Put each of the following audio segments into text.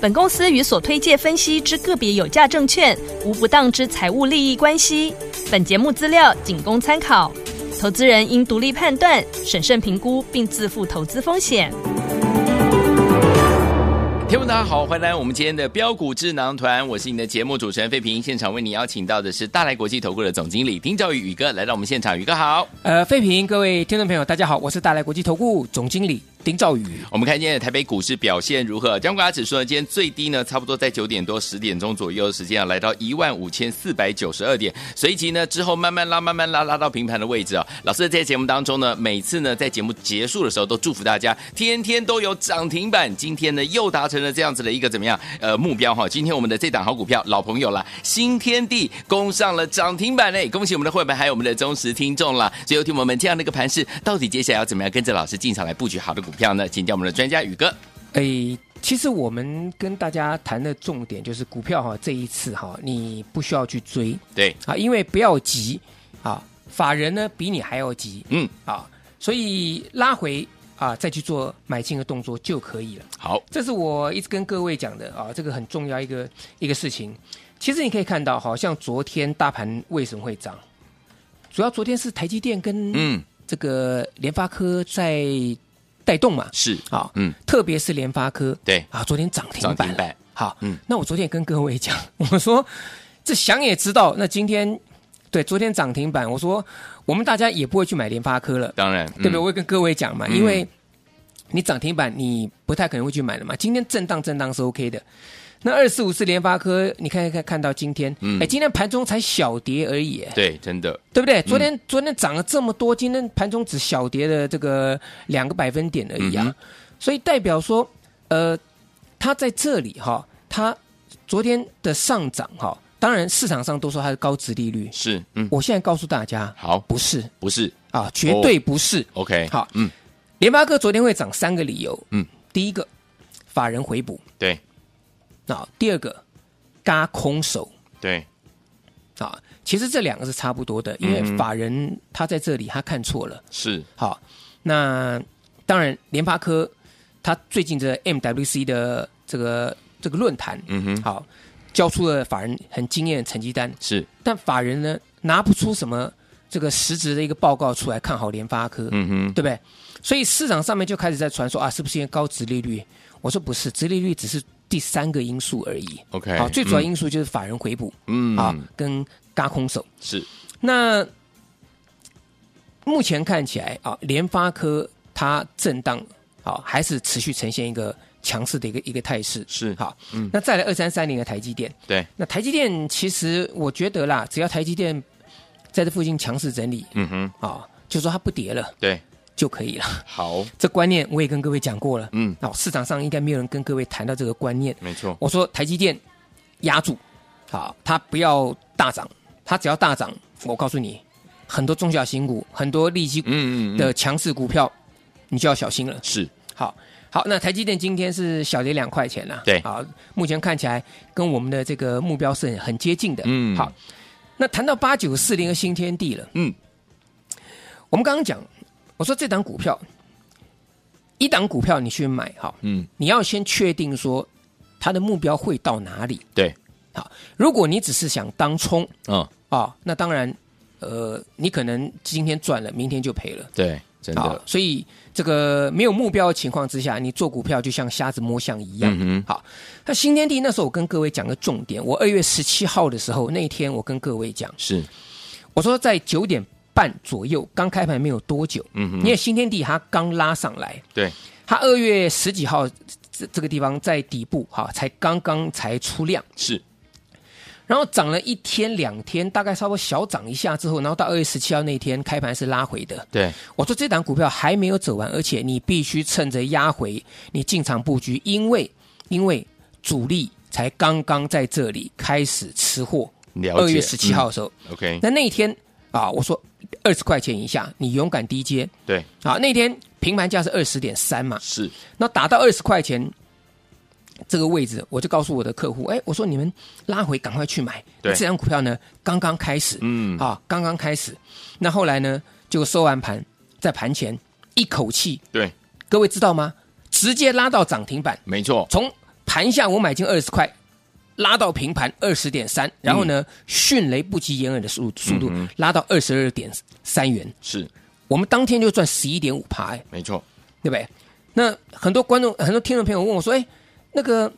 本公司与所推介分析之个别有价证券无不当之财务利益关系。本节目资料仅供参考，投资人应独立判断、审慎评估并自负投资风险。听众大家好，欢迎来我们今天的标股智囊团，我是你的节目主持人费平。现场为你邀请到的是大来国际投顾的总经理丁兆宇宇哥来到我们现场，宇哥好。呃，费平，各位听众朋友，大家好，我是大来国际投顾总经理丁兆宇。我们看今天的台北股市表现如何？加权指数呢，今天最低呢，差不多在九点多、十点钟左右的时间啊，来到一万五千四百九十二点。随即呢，之后慢慢拉、慢慢拉，拉到平盘的位置啊。老师在节目当中呢，每次呢在节目结束的时候都祝福大家，天天都有涨停板。今天呢又达成了这样子的一个怎么样？呃，目标哈。今天我们的这档好股票，老朋友啦，新天地攻上了涨停板嘞，恭喜我们的会员还有我们的忠实听众啦。所以，有听我们这样的一个盘势，到底接下来要怎么样跟着老师进场来布局好的股票呢？请教我们的专家宇哥。诶，其实我们跟大家谈的重点就是股票哈，这一次哈，你不需要去追对，啊，因为不要急啊，法人呢比你还要急嗯，啊，所以拉回啊再去做买进的动作就可以了。好，这是我一直跟各位讲的啊，这个很重要一个一个事情。其实你可以看到，好像昨天大盘为什么会涨，主要昨天是台积电跟嗯，这个联发科在带动嘛，是，啊，嗯，特别是联发科，对啊，昨天涨停涨板停了，板，好，嗯嗯，那我昨天也跟各位讲， 我说这想也知道，那今天对昨天涨停板，我说我们大家也不会去买联发科了，当然，对不对？嗯我会跟各位讲嘛，嗯因为你涨停板你不太可能会去买的嘛。今天震荡震荡是 OK 的。那二四五四联发科，你看看看到今天，哎、嗯今天盘中才小跌而已，哎对，真的，嗯对不对？昨天、昨天涨了这么多，今天盘中只小跌了这个两个百分点而已啊，嗯所以代表说，呃，它在这里哈，它昨天的上涨哈，当然市场上都说它是高值利率，是，嗯，我现在告诉大家，好，不是不是啊，绝对不是。 ，OK，好哦嗯，联发科昨天会涨三个理由，嗯，第一个法人回补对，啊，第二个嘎空手对，啊，其实这两个是差不多的，因为嗯法人他在这里他看错了，是，好，那当然联发科他最近的 MWC 的这个这个论坛，嗯哼，好，交出了法人很惊艳的成绩单，是，但法人呢拿不出什么这个实质的一个报告出来看好联发科，嗯哼，对不对？所以市场上面就开始在传说啊，是不是因为高值利率？我说不是，值利率只是第三个因素而已。 OK，好，最主要嗯因素就是法人回补、嗯啊，跟嘎空手。是，那目前看起来啊，联发科它震荡啊，还是持续呈现一个强势的一个一个态势。是嗯好，那再来二三三零的台积电，对，那台积电其实我觉得啦，只要台积电在这附近强势整理嗯哼，啊，就说它不跌了对，就可以了。好，这观念我也跟各位讲过了，嗯，哦，市场上应该没有人跟各位谈到这个观念。没错，我说台积电压住，好，它不要大涨，它只要大涨，我告诉你，很多中小型股、很多利基嗯嗯嗯，的强势股票，你就要小心了。是，好，好，那台积电今天是小跌两块钱啦，对好，目前看起来跟我们的这个目标是很很接近的，嗯好，那谈到八九四零和新天地了，嗯，我们刚刚讲，我说这档股票，一档股票你去买哈，嗯，你要先确定说它的目标会到哪里。对，好，如果你只是想当冲嗯，啊、那当然，呃，你可能今天赚了，明天就赔了。对，真好，的，所以这个没有目标的情况之下，你做股票就像瞎子摸象一样。嗯好，那新天地那时候我跟各位讲个重点，我二月十七号的时候那一天我跟各位讲，是，我说在九点半左右刚开盘没有多久，嗯哼，因为新天地它刚拉上来，对，它二月十几号这这个地方在底部哈，才刚刚才出量，是，然后涨了一天两天，大概稍微小涨一下之后，然后到二月十七号那天开盘是拉回的。对，我说这档股票还没有走完，而且你必须趁着压回你进场布局，因为因为主力才刚刚在这里开始吃货。了解。二月十七号的时候，嗯，OK，那那一天啊，我说二十块钱以下，你勇敢低接对，啊。那天平盘价是二十点三嘛，是那打到二十块钱这个位置，我就告诉我的客户，哎，我说你们拉回赶快去买，对这张股票呢刚刚开始，嗯啊，刚刚开始。那后来呢，就收完盘，在盘前一口气，对，各位知道吗？直接拉到涨停板，没错，从盘下我买进二十块，拉到平盘二十点三，然后呢，迅雷不及掩耳的速速度、嗯嗯哼拉到二十二点三元，是我们当天就赚十一点五趴，哎，没错，对不对？那很多观众、很多听众朋友问我说：“哎，那个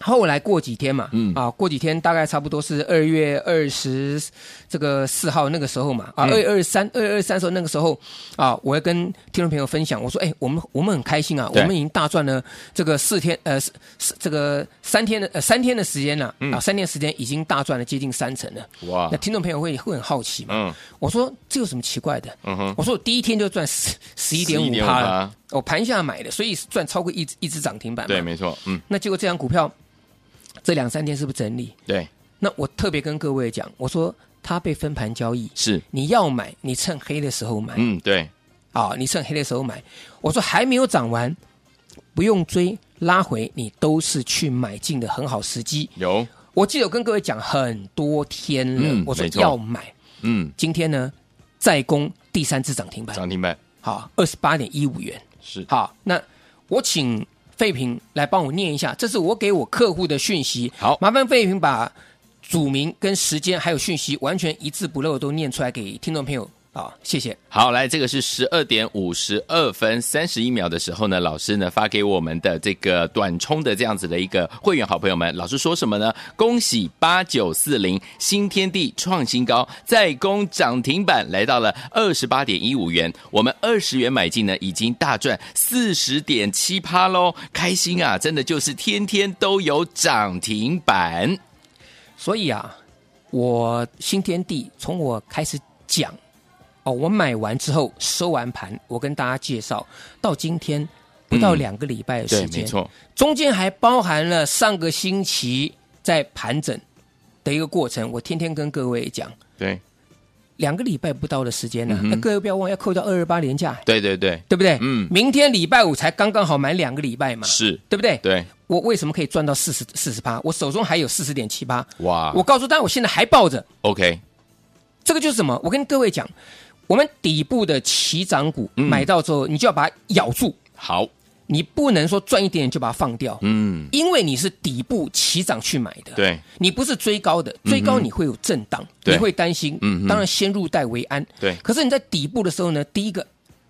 后来过几天嘛，嗯啊，过几天大概差不多是二月二十这个四号那个时候嘛，啊，嗯二月二三、二月二三时候那个时候啊，我要跟听众朋友分享，我说：哎，我们我们很开心啊，我对们已经大赚了这个四天，呃，是是这个三天的呃三天的时间了、嗯啊啊，三天时间已经大赚了接近三成了。哇那，听众朋友会会很好奇嘛？嗯我说这有什么奇怪的？嗯哼，我说我第一天就赚十十一点五11.5%趴了，我盘下买的，所以赚超过一只一只涨停板嘛。对，没错，嗯，那结果这张股票这两三天是不是整理？对，那我特别跟各位讲，我说它被分盘交易，是，你要买，你趁黑的时候买啊、啊嗯，对，你趁黑的时候买。我说还没有涨完，不用追，拉回你都是去买进的很好时机。有，我记得我跟各位讲很多天了，嗯我说没错要买，嗯，今天呢再攻第三只涨停板，涨停板好，二十八点一五元。是好，那我请费平来帮我念一下，这是我给我客户的讯息。哦好麻烦费平把组名跟时间还有讯息完全一字不漏都念出来给听众朋友啊，谢谢。好，来，这个是十二点五十二分三十一秒的时候呢，老师呢发给我们的这个短冲的这样子的一个会员好朋友们，老师说什么呢？恭喜八九四零新天地创新高，再攻涨停板，来到了二十八点一五元，我们二十元买进呢，已经大赚四十点七趴喽，开心啊！真的就是天天都有涨停板，所以啊，我新天地从我开始讲哦，我买完之后收完盘，我跟大家介绍到今天不到嗯两个礼拜的对时，间，没错，中间还包含了上个星期在盘整的一个过程，我天天跟各位讲，对，两个礼拜不到的时间呢、啊嗯哼那各位不要忘了要扣掉二二八连假，对对对，对不对？嗯明天礼拜五才刚刚好满两个礼拜嘛，是，对不对？对，我为什么可以赚到四十四十趴？我手中还有四十点七八，哇我告诉大家，我现在还抱着， ，OK，这个就是什么？我跟各位讲，我们底部的起涨股嗯买到之后，你就要把它咬住，好，你不能说赚一点点就把它放掉，嗯，因为你是底部起涨去买的，对。你不是追高的，追高你会有震荡，对你会担心。嗯哼当然先入袋为安。对可是你在底部的时候呢，第一个，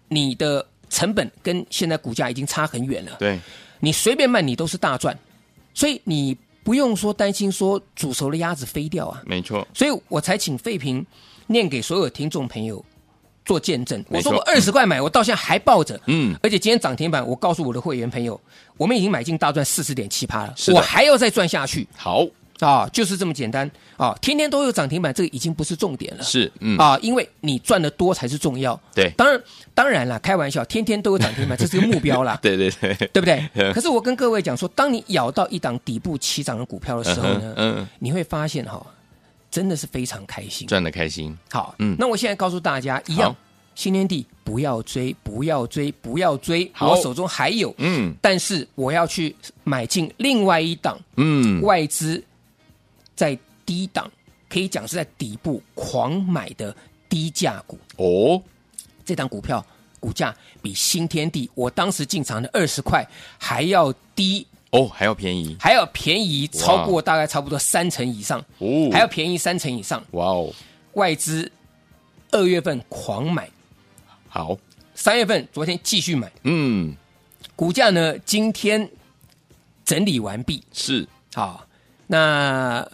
你的成本跟现在股价已经差很远了，对，你随便卖你都是大赚，所以你不用说担心说煮熟的鸭子飞掉啊。没错，所以我才请费平念给所有听众朋友做见证。我没错说我二十块买，我到现在还抱着，嗯而且今天涨停板，我告诉我的会员朋友，我们已经买进大赚四十点七趴了是，的我还要再赚下去。好啊，就是这么简单啊！天天都有涨停板，这个已经不是重点了。是，嗯，啊，因为你赚的多才是重要。对，当然当然啦，开玩笑，天天都有涨停板，这是个目标啦 对 对对，对不对？可是我跟各位讲说，当你咬到一档底部起涨的股票的时候呢，嗯哼嗯你会发现哈、真的是非常开心。赚的开心，好，嗯那我现在告诉大家，一样好，新天地不要追，不要追，不要追，好我手中还有，嗯但是我要去买进另外一档嗯，外资在低档，可以讲是在底部狂买的低价股。哦，这档股票股价比新天地我当时进场的二十块还要低，哦，还要便宜，还要便宜哇超过大概差不多三成以上，哦，还要便宜三成以上。哇哦，外资二月份狂买，好，三月份昨天继续买，嗯，股价呢今天整理完毕，是好，那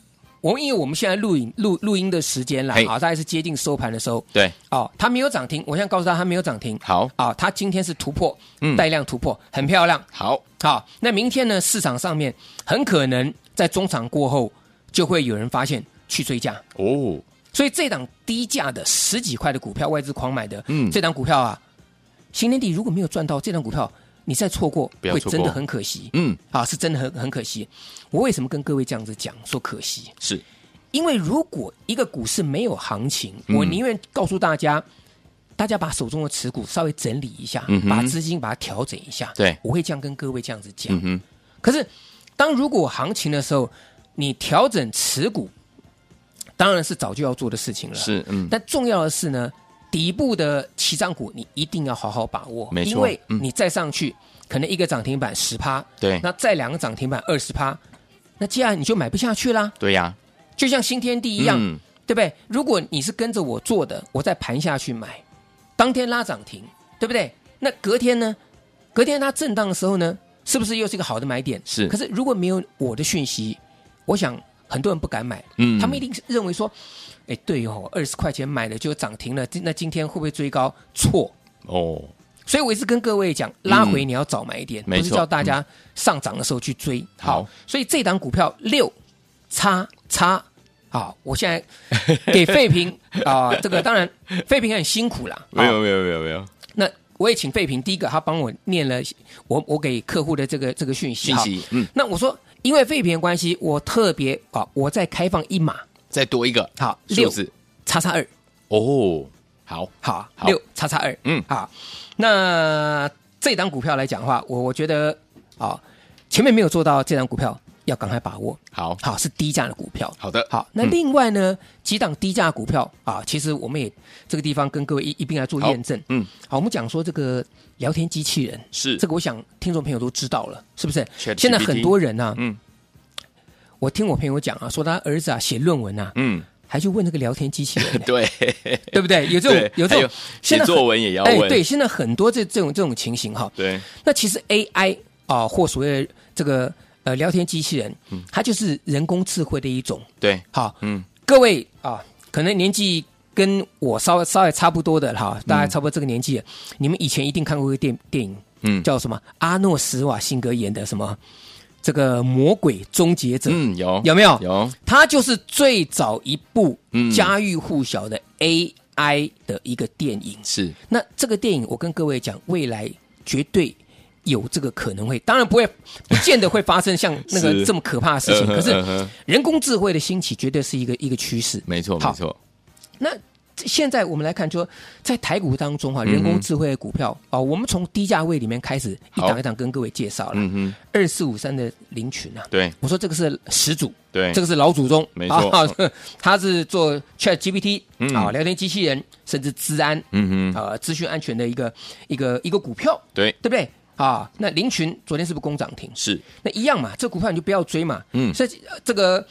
我们因为我们现在录影录录音的时间啦嘿，啊，大概是接近收盘的时候。对，哦，它没有涨停，我现在告诉他它没有涨停。好，啊、它今天是突破嗯，带量突破，很漂亮。好，好、那明天呢，市场上面很可能在中场过后就会有人发现去追价，哦，所以这档低价的十几块的股票，外资狂买的，嗯这档股票啊，新天地如果没有赚到这档股票，你再错过不要会错真的过很可惜。嗯，啊，是真的很很可惜。我为什么跟各位这样子讲说可惜？是因为如果一个股市没有行情，嗯我宁愿告诉大家，大家把手中的持股稍微整理一下，嗯哼把资金把它调整一下。对我会这样跟各位这样子讲。嗯哼，可是，当如果行情的时候，你调整持股，当然是早就要做的事情了。是嗯但重要的是呢，底部的起涨股你一定要好好把握，没错因为嗯你再上去，可能一个涨停板十趴，对那再两个涨停板二十趴，那接下来你就买不下去啦，对呀，就像新天地一样，嗯对不对？如果你是跟着我做的，我再盘下去买，当天拉涨停，对不对？那隔天呢？隔天它震荡的时候呢，是不是又是一个好的买点？是可是如果没有我的讯息，我想很多人不敢买，嗯他们一定是认为说，哎，对哦，二十块钱买了就涨停了，那今天会不会追高？错。哦，所以我一直跟各位讲，拉回你要早买一点，嗯没错嗯不是叫大家上涨的时候去追。好所以这档股票六叉叉，好，我现在给费平啊、这个当然费平很辛苦啦。 没好有没有没有没有那我也请费平，第一个他帮我念了我我给客户的这个这个讯息。讯息好嗯，那我说因为费平的关系，我特别啊，我再开放一码，再多一个好，数六字叉叉二。哦，好，好，好六叉叉二，嗯好。那这档股票来讲的话，我我觉得，好，前面没有做到这档股票，要赶快把握。好好，是低价的股票。好的好，那嗯另外呢，几档低价股票啊，其实我们也这个地方跟各位一一并来做好验证。嗯，好，我们讲说这个聊天机器人，是这个我想听众朋友都知道了，是不是？ ChatGPT 现在很多人啊，嗯我听我朋友讲啊，说他儿子啊写论文啊，嗯，还去问那个聊天机器人 呢、对，对不对？有这对种，有这还种，写很作文也要哎，问，对，现在很多这这种这种情形哈。对，那其实 AI 啊、或所谓的这个呃聊天机器人，它就是人工智慧的一种。对，好，嗯，各位啊、可能年纪跟我稍微稍微差不多的嗯哈，大概差不多这个年纪，你们以前一定看过一个电电影，嗯叫什么阿诺·施瓦辛格演的什么这个《魔鬼终结者》嗯，有有没有？有，它就是最早一部嗯家喻户晓的 AI 的一个电影。是那这个电影，我跟各位讲，未来绝对有这个可能会，当然不会，不见得会发生像那个是这么可怕的事情。嗯哼可嗯是哼人工智慧的兴起，绝对是一个一个趋势。没错没好错，那现在我们来看说，在台股当中哈、啊嗯人工智慧的股票啊、哦我们从低价位里面开始一好档一档跟各位介绍了。嗯哼，二四五三的林群啊，对我说这个是始祖，对，这个是老祖宗，哎没啊错， 他是做 Chat GPT 嗯啊、聊天机器人，甚至治安，嗯哼，呃资讯安全的一个一个一个股票，对对不对啊？那林群昨天是不是攻涨停？是那一样嘛，这股票你就不要追嘛。嗯所以呃这个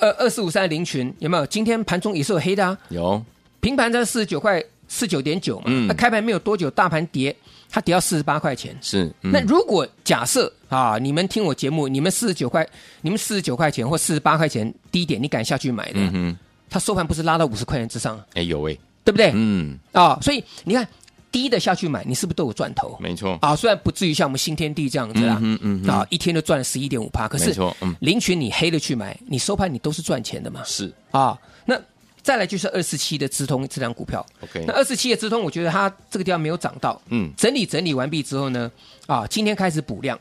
呃二四五三林群有没有？今天盘中也是有黑的啊，有，平盘在四十九块四九点九嘛，嗯那开盘没有多久，大盘跌，它跌到四十八块钱。是嗯那如果假设啊，你们听我节目，你们四十九块，你们四十九块钱或四十八块钱低点，你敢下去买的，嗯哼，它收盘不是拉到五十块钱之上，啊哎有哎，对不对？嗯，啊、所以你看低的下去买，你是不是都有赚头？没错，啊，虽然不至于像我们新天地这样子啦，嗯哼嗯哼啊，一天就赚了十一点五趴，可没是错嗯林群你黑的去买，你收盘你都是赚钱的嘛，是啊，那再来就是二四七的直通这张股票， OK，那二呃四七的直通，我觉得它这个地方没有涨到，嗯整理整理完毕之后呢，啊，今天开始补量，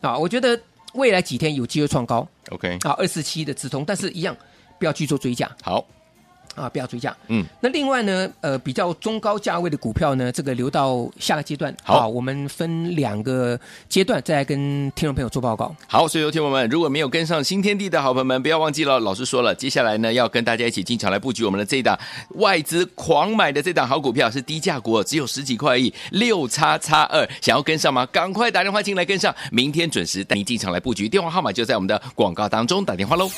啊，我觉得未来几天有机会创高 OK，啊，二四七的直通，但是一样不要去做追加好，啊，不要追加，嗯那另外呢，呃，比较中高价位的股票呢，这个留到下个阶段。啊好我们分两个阶段再来跟听众朋友做报告。好，所以有听友们，如果没有跟上新天地的好朋友们，不要忘记了，老师说了，接下来呢要跟大家一起进场来布局我们的这一档外资狂买的这档好股票，是低价股哦，只有十几块亿，六叉叉二，想要跟上吗？赶快打电话进来跟上，明天准时带您进场来布局，电话号码就在我们的广告当中，打电话喽。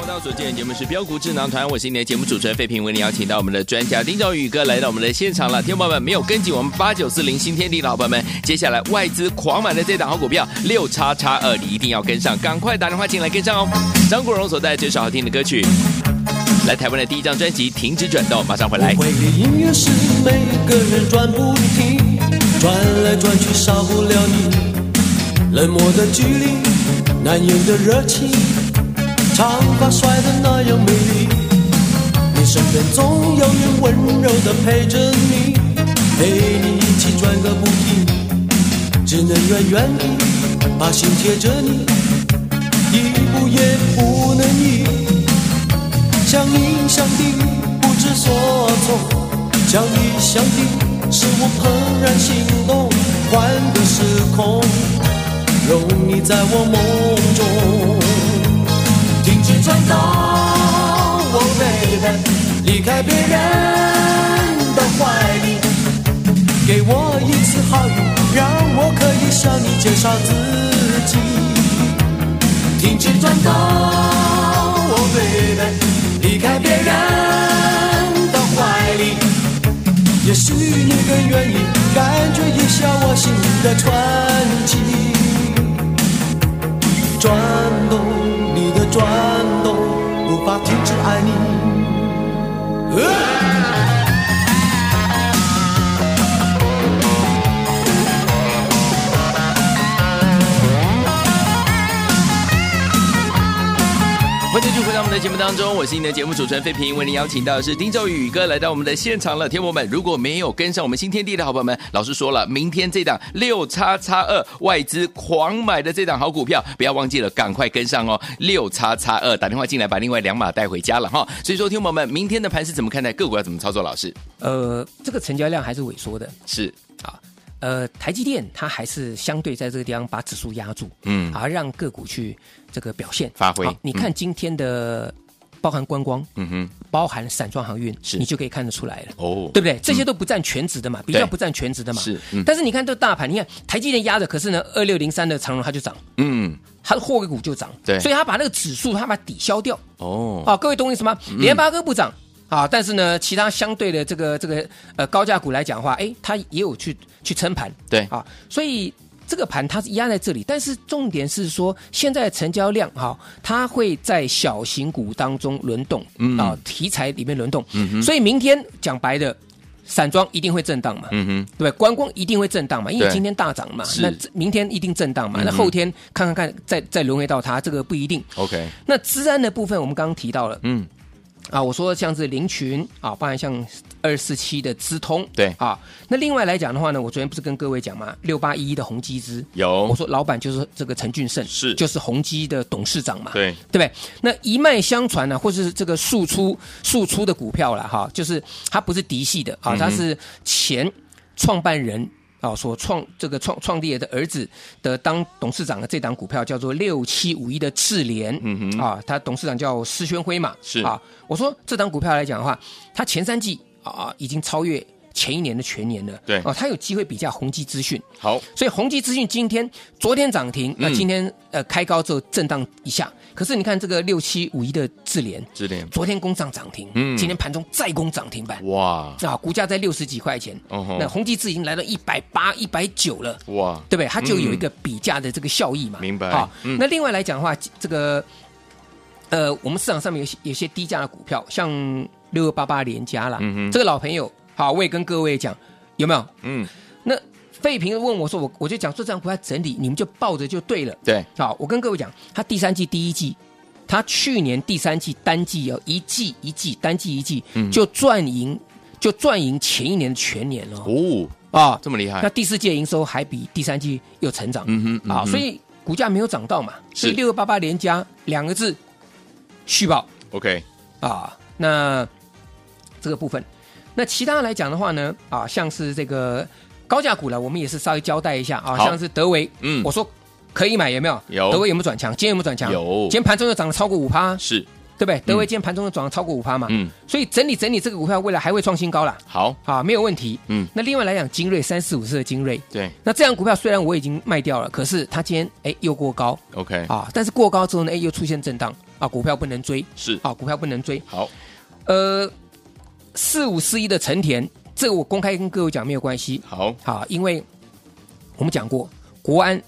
我到所见的节目是标股智囊团，我是你的节目主持人费平，为你邀请到我们的专家丁兆宇哥来到我们的现场了。听众朋友们没有跟紧我们八九四零新天地的好朋友们，接下来外资狂买的这档好股票六叉叉二，你一定要跟上，赶快打电话进来跟上哦。张国荣所带来这首好听的歌曲，来台湾的第一张专辑《停止转动》，马上回来我。会的音乐是每个人转不停，转来转去少不了你。冷漠的距离，难言的热情，长发甩得那样美丽。你身边总有人温柔的陪着你，陪你一起转个不停。只能远远地把心贴着你，一步也不能移。想你想的不知所措，想你想的使我怦然心动，换个时空，容你在我梦中。停止传动，Oh baby，离开别人的怀里，给我一次好运，让我可以向你介绍自己。停止转动，Oh baby，离开别人的怀里，也许你更愿意感觉一下我心里的传奇。转动，你的转动无法停止爱你。欢迎继续回到我们的节目当中，我是你的节目主持人费平，为您邀请到的是丁兆宇宇哥来到我们的现场了。天友们，如果没有跟上我们新天地的好朋友们，老师说了，明天这档六叉叉二外资狂买的这档好股票，不要忘记了，赶快跟上哦。六叉叉二打电话进来，把另外两码带回家了哈。所以说，天友们，明天的盘是怎么看待？个股要怎么操作？老师呃，这个成交量还是萎缩的是啊。呃，台积电它还是相对在这个地方把指数压住，嗯而让个股去这个表现发挥好你看今天的包含观光，嗯哼包含散装航运，是你就可以看得出来了。哦对不对？这些都不占全值的嘛，比较不占全值的嘛。是嗯但是你看这大盘，你看台积电压着，可是呢，二六零三的长荣它就涨，嗯它的货柜股就涨，对所以它把那个指数它把它抵消掉。哦啊，各位懂我意思吗？联发科不涨啊，但是呢，其他相对的这个这个呃高价股来讲的话，哎，它也有去去撑盘，对啊，所以这个盘它是压在这里，但是重点是说现在的成交量哈、它会在小型股当中轮动，嗯啊，题材里面轮动，所以明天讲白的。散装一定会震荡嘛，嗯哼对不对？观光一定会震荡嘛，因为对今天大涨嘛，是那这明天一定震荡嘛，那嗯哼后天看看看再再轮回到它，这个不一定。 ，OK，那治安的部分，我们刚刚提到了嗯啊，我说像是林群啊，包含像二四七的资通，对啊。那另外来讲的话呢，我昨天不是跟各位讲嘛，六八一的宏基资，有我说老板就是这个陈俊胜，是就是宏基的董事长嘛，对对不对？那一脉相传啊呢、或是这个庶出庶出的股票啦，哈，就是它不是嫡系的啊，它是前创办人。啊，所创这个创创立的儿子的当董事长的这档股票叫做六七五一的智联，嗯哼，啊，他董事长叫施宣辉嘛，是啊，我说这档股票来讲的话，它前三季啊已经超越前一年的全年了，对啊，它有机会比价宏基资讯，好所以宏基资讯今天昨天涨停，那嗯今天、呃开高之后震荡一下，可是你看这个六七五一的智联，智联昨天攻上涨停，嗯今天盘中再攻涨停板。哇啊，股价在六十几块钱，哦吼那宏基资已经来到一百八、一百九了，哇对不对？它就有一个比价的这个效益嘛。明白好，嗯那另外来讲的话，这个呃，我们市场上面有些有些低价的股票，像六六八八联家啦，嗯哼这个老朋友，好，我也跟各位讲，有没有？嗯那费平问我说，我我就讲说这张股票整理，你们就抱着就对了。对好，我跟各位讲，它第三季第一季，它去年第三季单季哦，一季一季单季一季、嗯就赚赢，就赚赢前一年的全年了哦哦啊。这么厉害那第四季的营收还比第三季又成长，嗯哼嗯啊，哼所以股价没有涨到嘛，所以是六六八八连加两个字续报 OK 啊。那这个部分，那其他来讲的话呢，啊，像是这个高价股了，我们也是稍微交代一下啊，好像是德维，嗯我说可以买有没有？有德维有没有转强？今天有没有转强？有今天盘中又涨了超过五趴，对是不对？德维今天盘中又涨了超过五趴嘛，嗯所以整理整理这个股票未来还会创新高啦，好啊，没有问题。嗯那另外来讲，精锐三四五四的精锐，对那这样股票虽然我已经卖掉了，可是它今天哎又过高 OK 啊，但是过高之后呢，哎又出现震荡啊，股票不能追是啊，股票不能追。好呃，四五四一的成田，这个我公开跟各位讲没有关系好啊，因为我们讲过国安、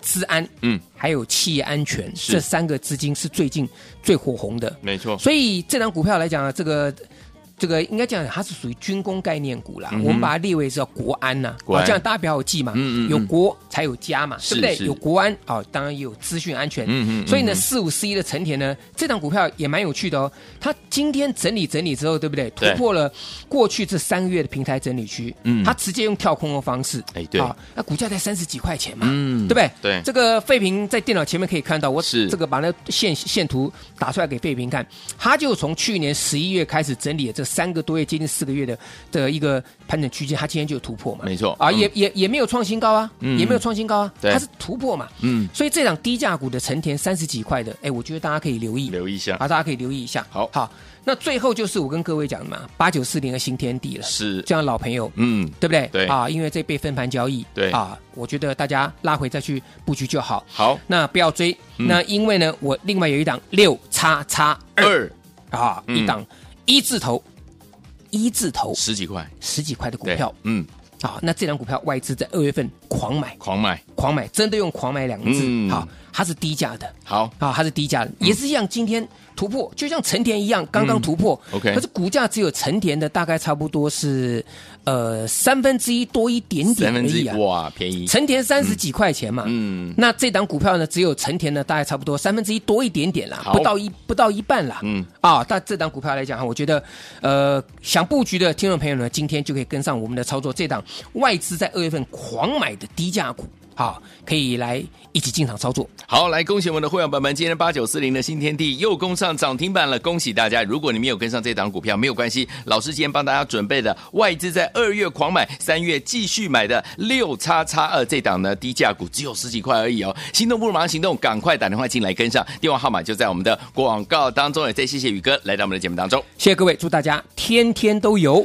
治安嗯还有企业安全是这三个资金是最近最火红的，没错所以这档股票来讲啊，这个这个应该这样讲，它是属于军工概念股啦。我们把它列为是国安呐、嗯国安哦这样大家比较有记嘛。嗯嗯嗯有国才有家嘛，是对不对是？有国安啊、哦，当然也有资讯安全。嗯嗯嗯所以呢，嗯四五四一的成田呢，这档股票也蛮有趣的哦。它今天整理整理之后，对不对？突对破了过去这三个月的平台整理区。嗯它直接用跳空的方式。哎对啊那股价才三十几块钱嘛。嗯对不对？对这个费平在电脑前面可以看到，我是这个把那线线图打出来给费平看，他就从去年十一月开始整理了这三个多月，接近四个月的的一个盘整区间，他今天就有突破嘛，没错啊，嗯也也也没有创新高啊，嗯也没有创新高啊，对它是突破嘛，嗯，所以这档低价股的成田三十几块的，哎，我觉得大家可以留意，留意一下，啊，大家可以留意一下，好好，那最后就是我跟各位讲的嘛，八九四零的新天地了，是，这样老朋友，嗯，对不对？对啊，因为这被分盘交易，对啊，我觉得大家拉回再去布局就好，好，嗯那不要追。那因为呢，我另外有一档六叉叉二啊，嗯一档一字头，一字头十几块十几块的股对票嗯，啊，那这档股票外资在二月份狂买，狂买，狂买，真的用狂买两个字嗯，好，它是低价的。好，啊，它是低价的，嗯也是一样，今天突破，就像成田一样，刚刚突破。嗯 OK 可是股价只有成田的大概差不多是呃三分之一多一点点三而分之已一，啊。哇，便宜，成田三十几块钱嘛，嗯那这档股票呢，只有成田呢，大概差不多三分之一多一点点啦好，不到一不到一半啦。嗯，啊，但这档股票来讲哈，我觉得，呃，想布局的听众朋友呢，今天就可以跟上我们的操作。这档外资在二月份狂买的低价股，好，可以来一起进场操作。好，来恭喜我们的会员朋友们，今天八九四零的新天地又攻上涨停板了，恭喜大家！如果你没有跟上这档股票，没有关系，老师今天帮大家准备的外资在二月狂买，三月继续买的六叉叉二这档呢低价股只有十几块而已哦，心动不如马上行动，赶快打电话进来跟上，电话号码就在我们的广告当中，也再谢谢宇哥来到我们的节目当中，谢谢各位，祝大家天天都有。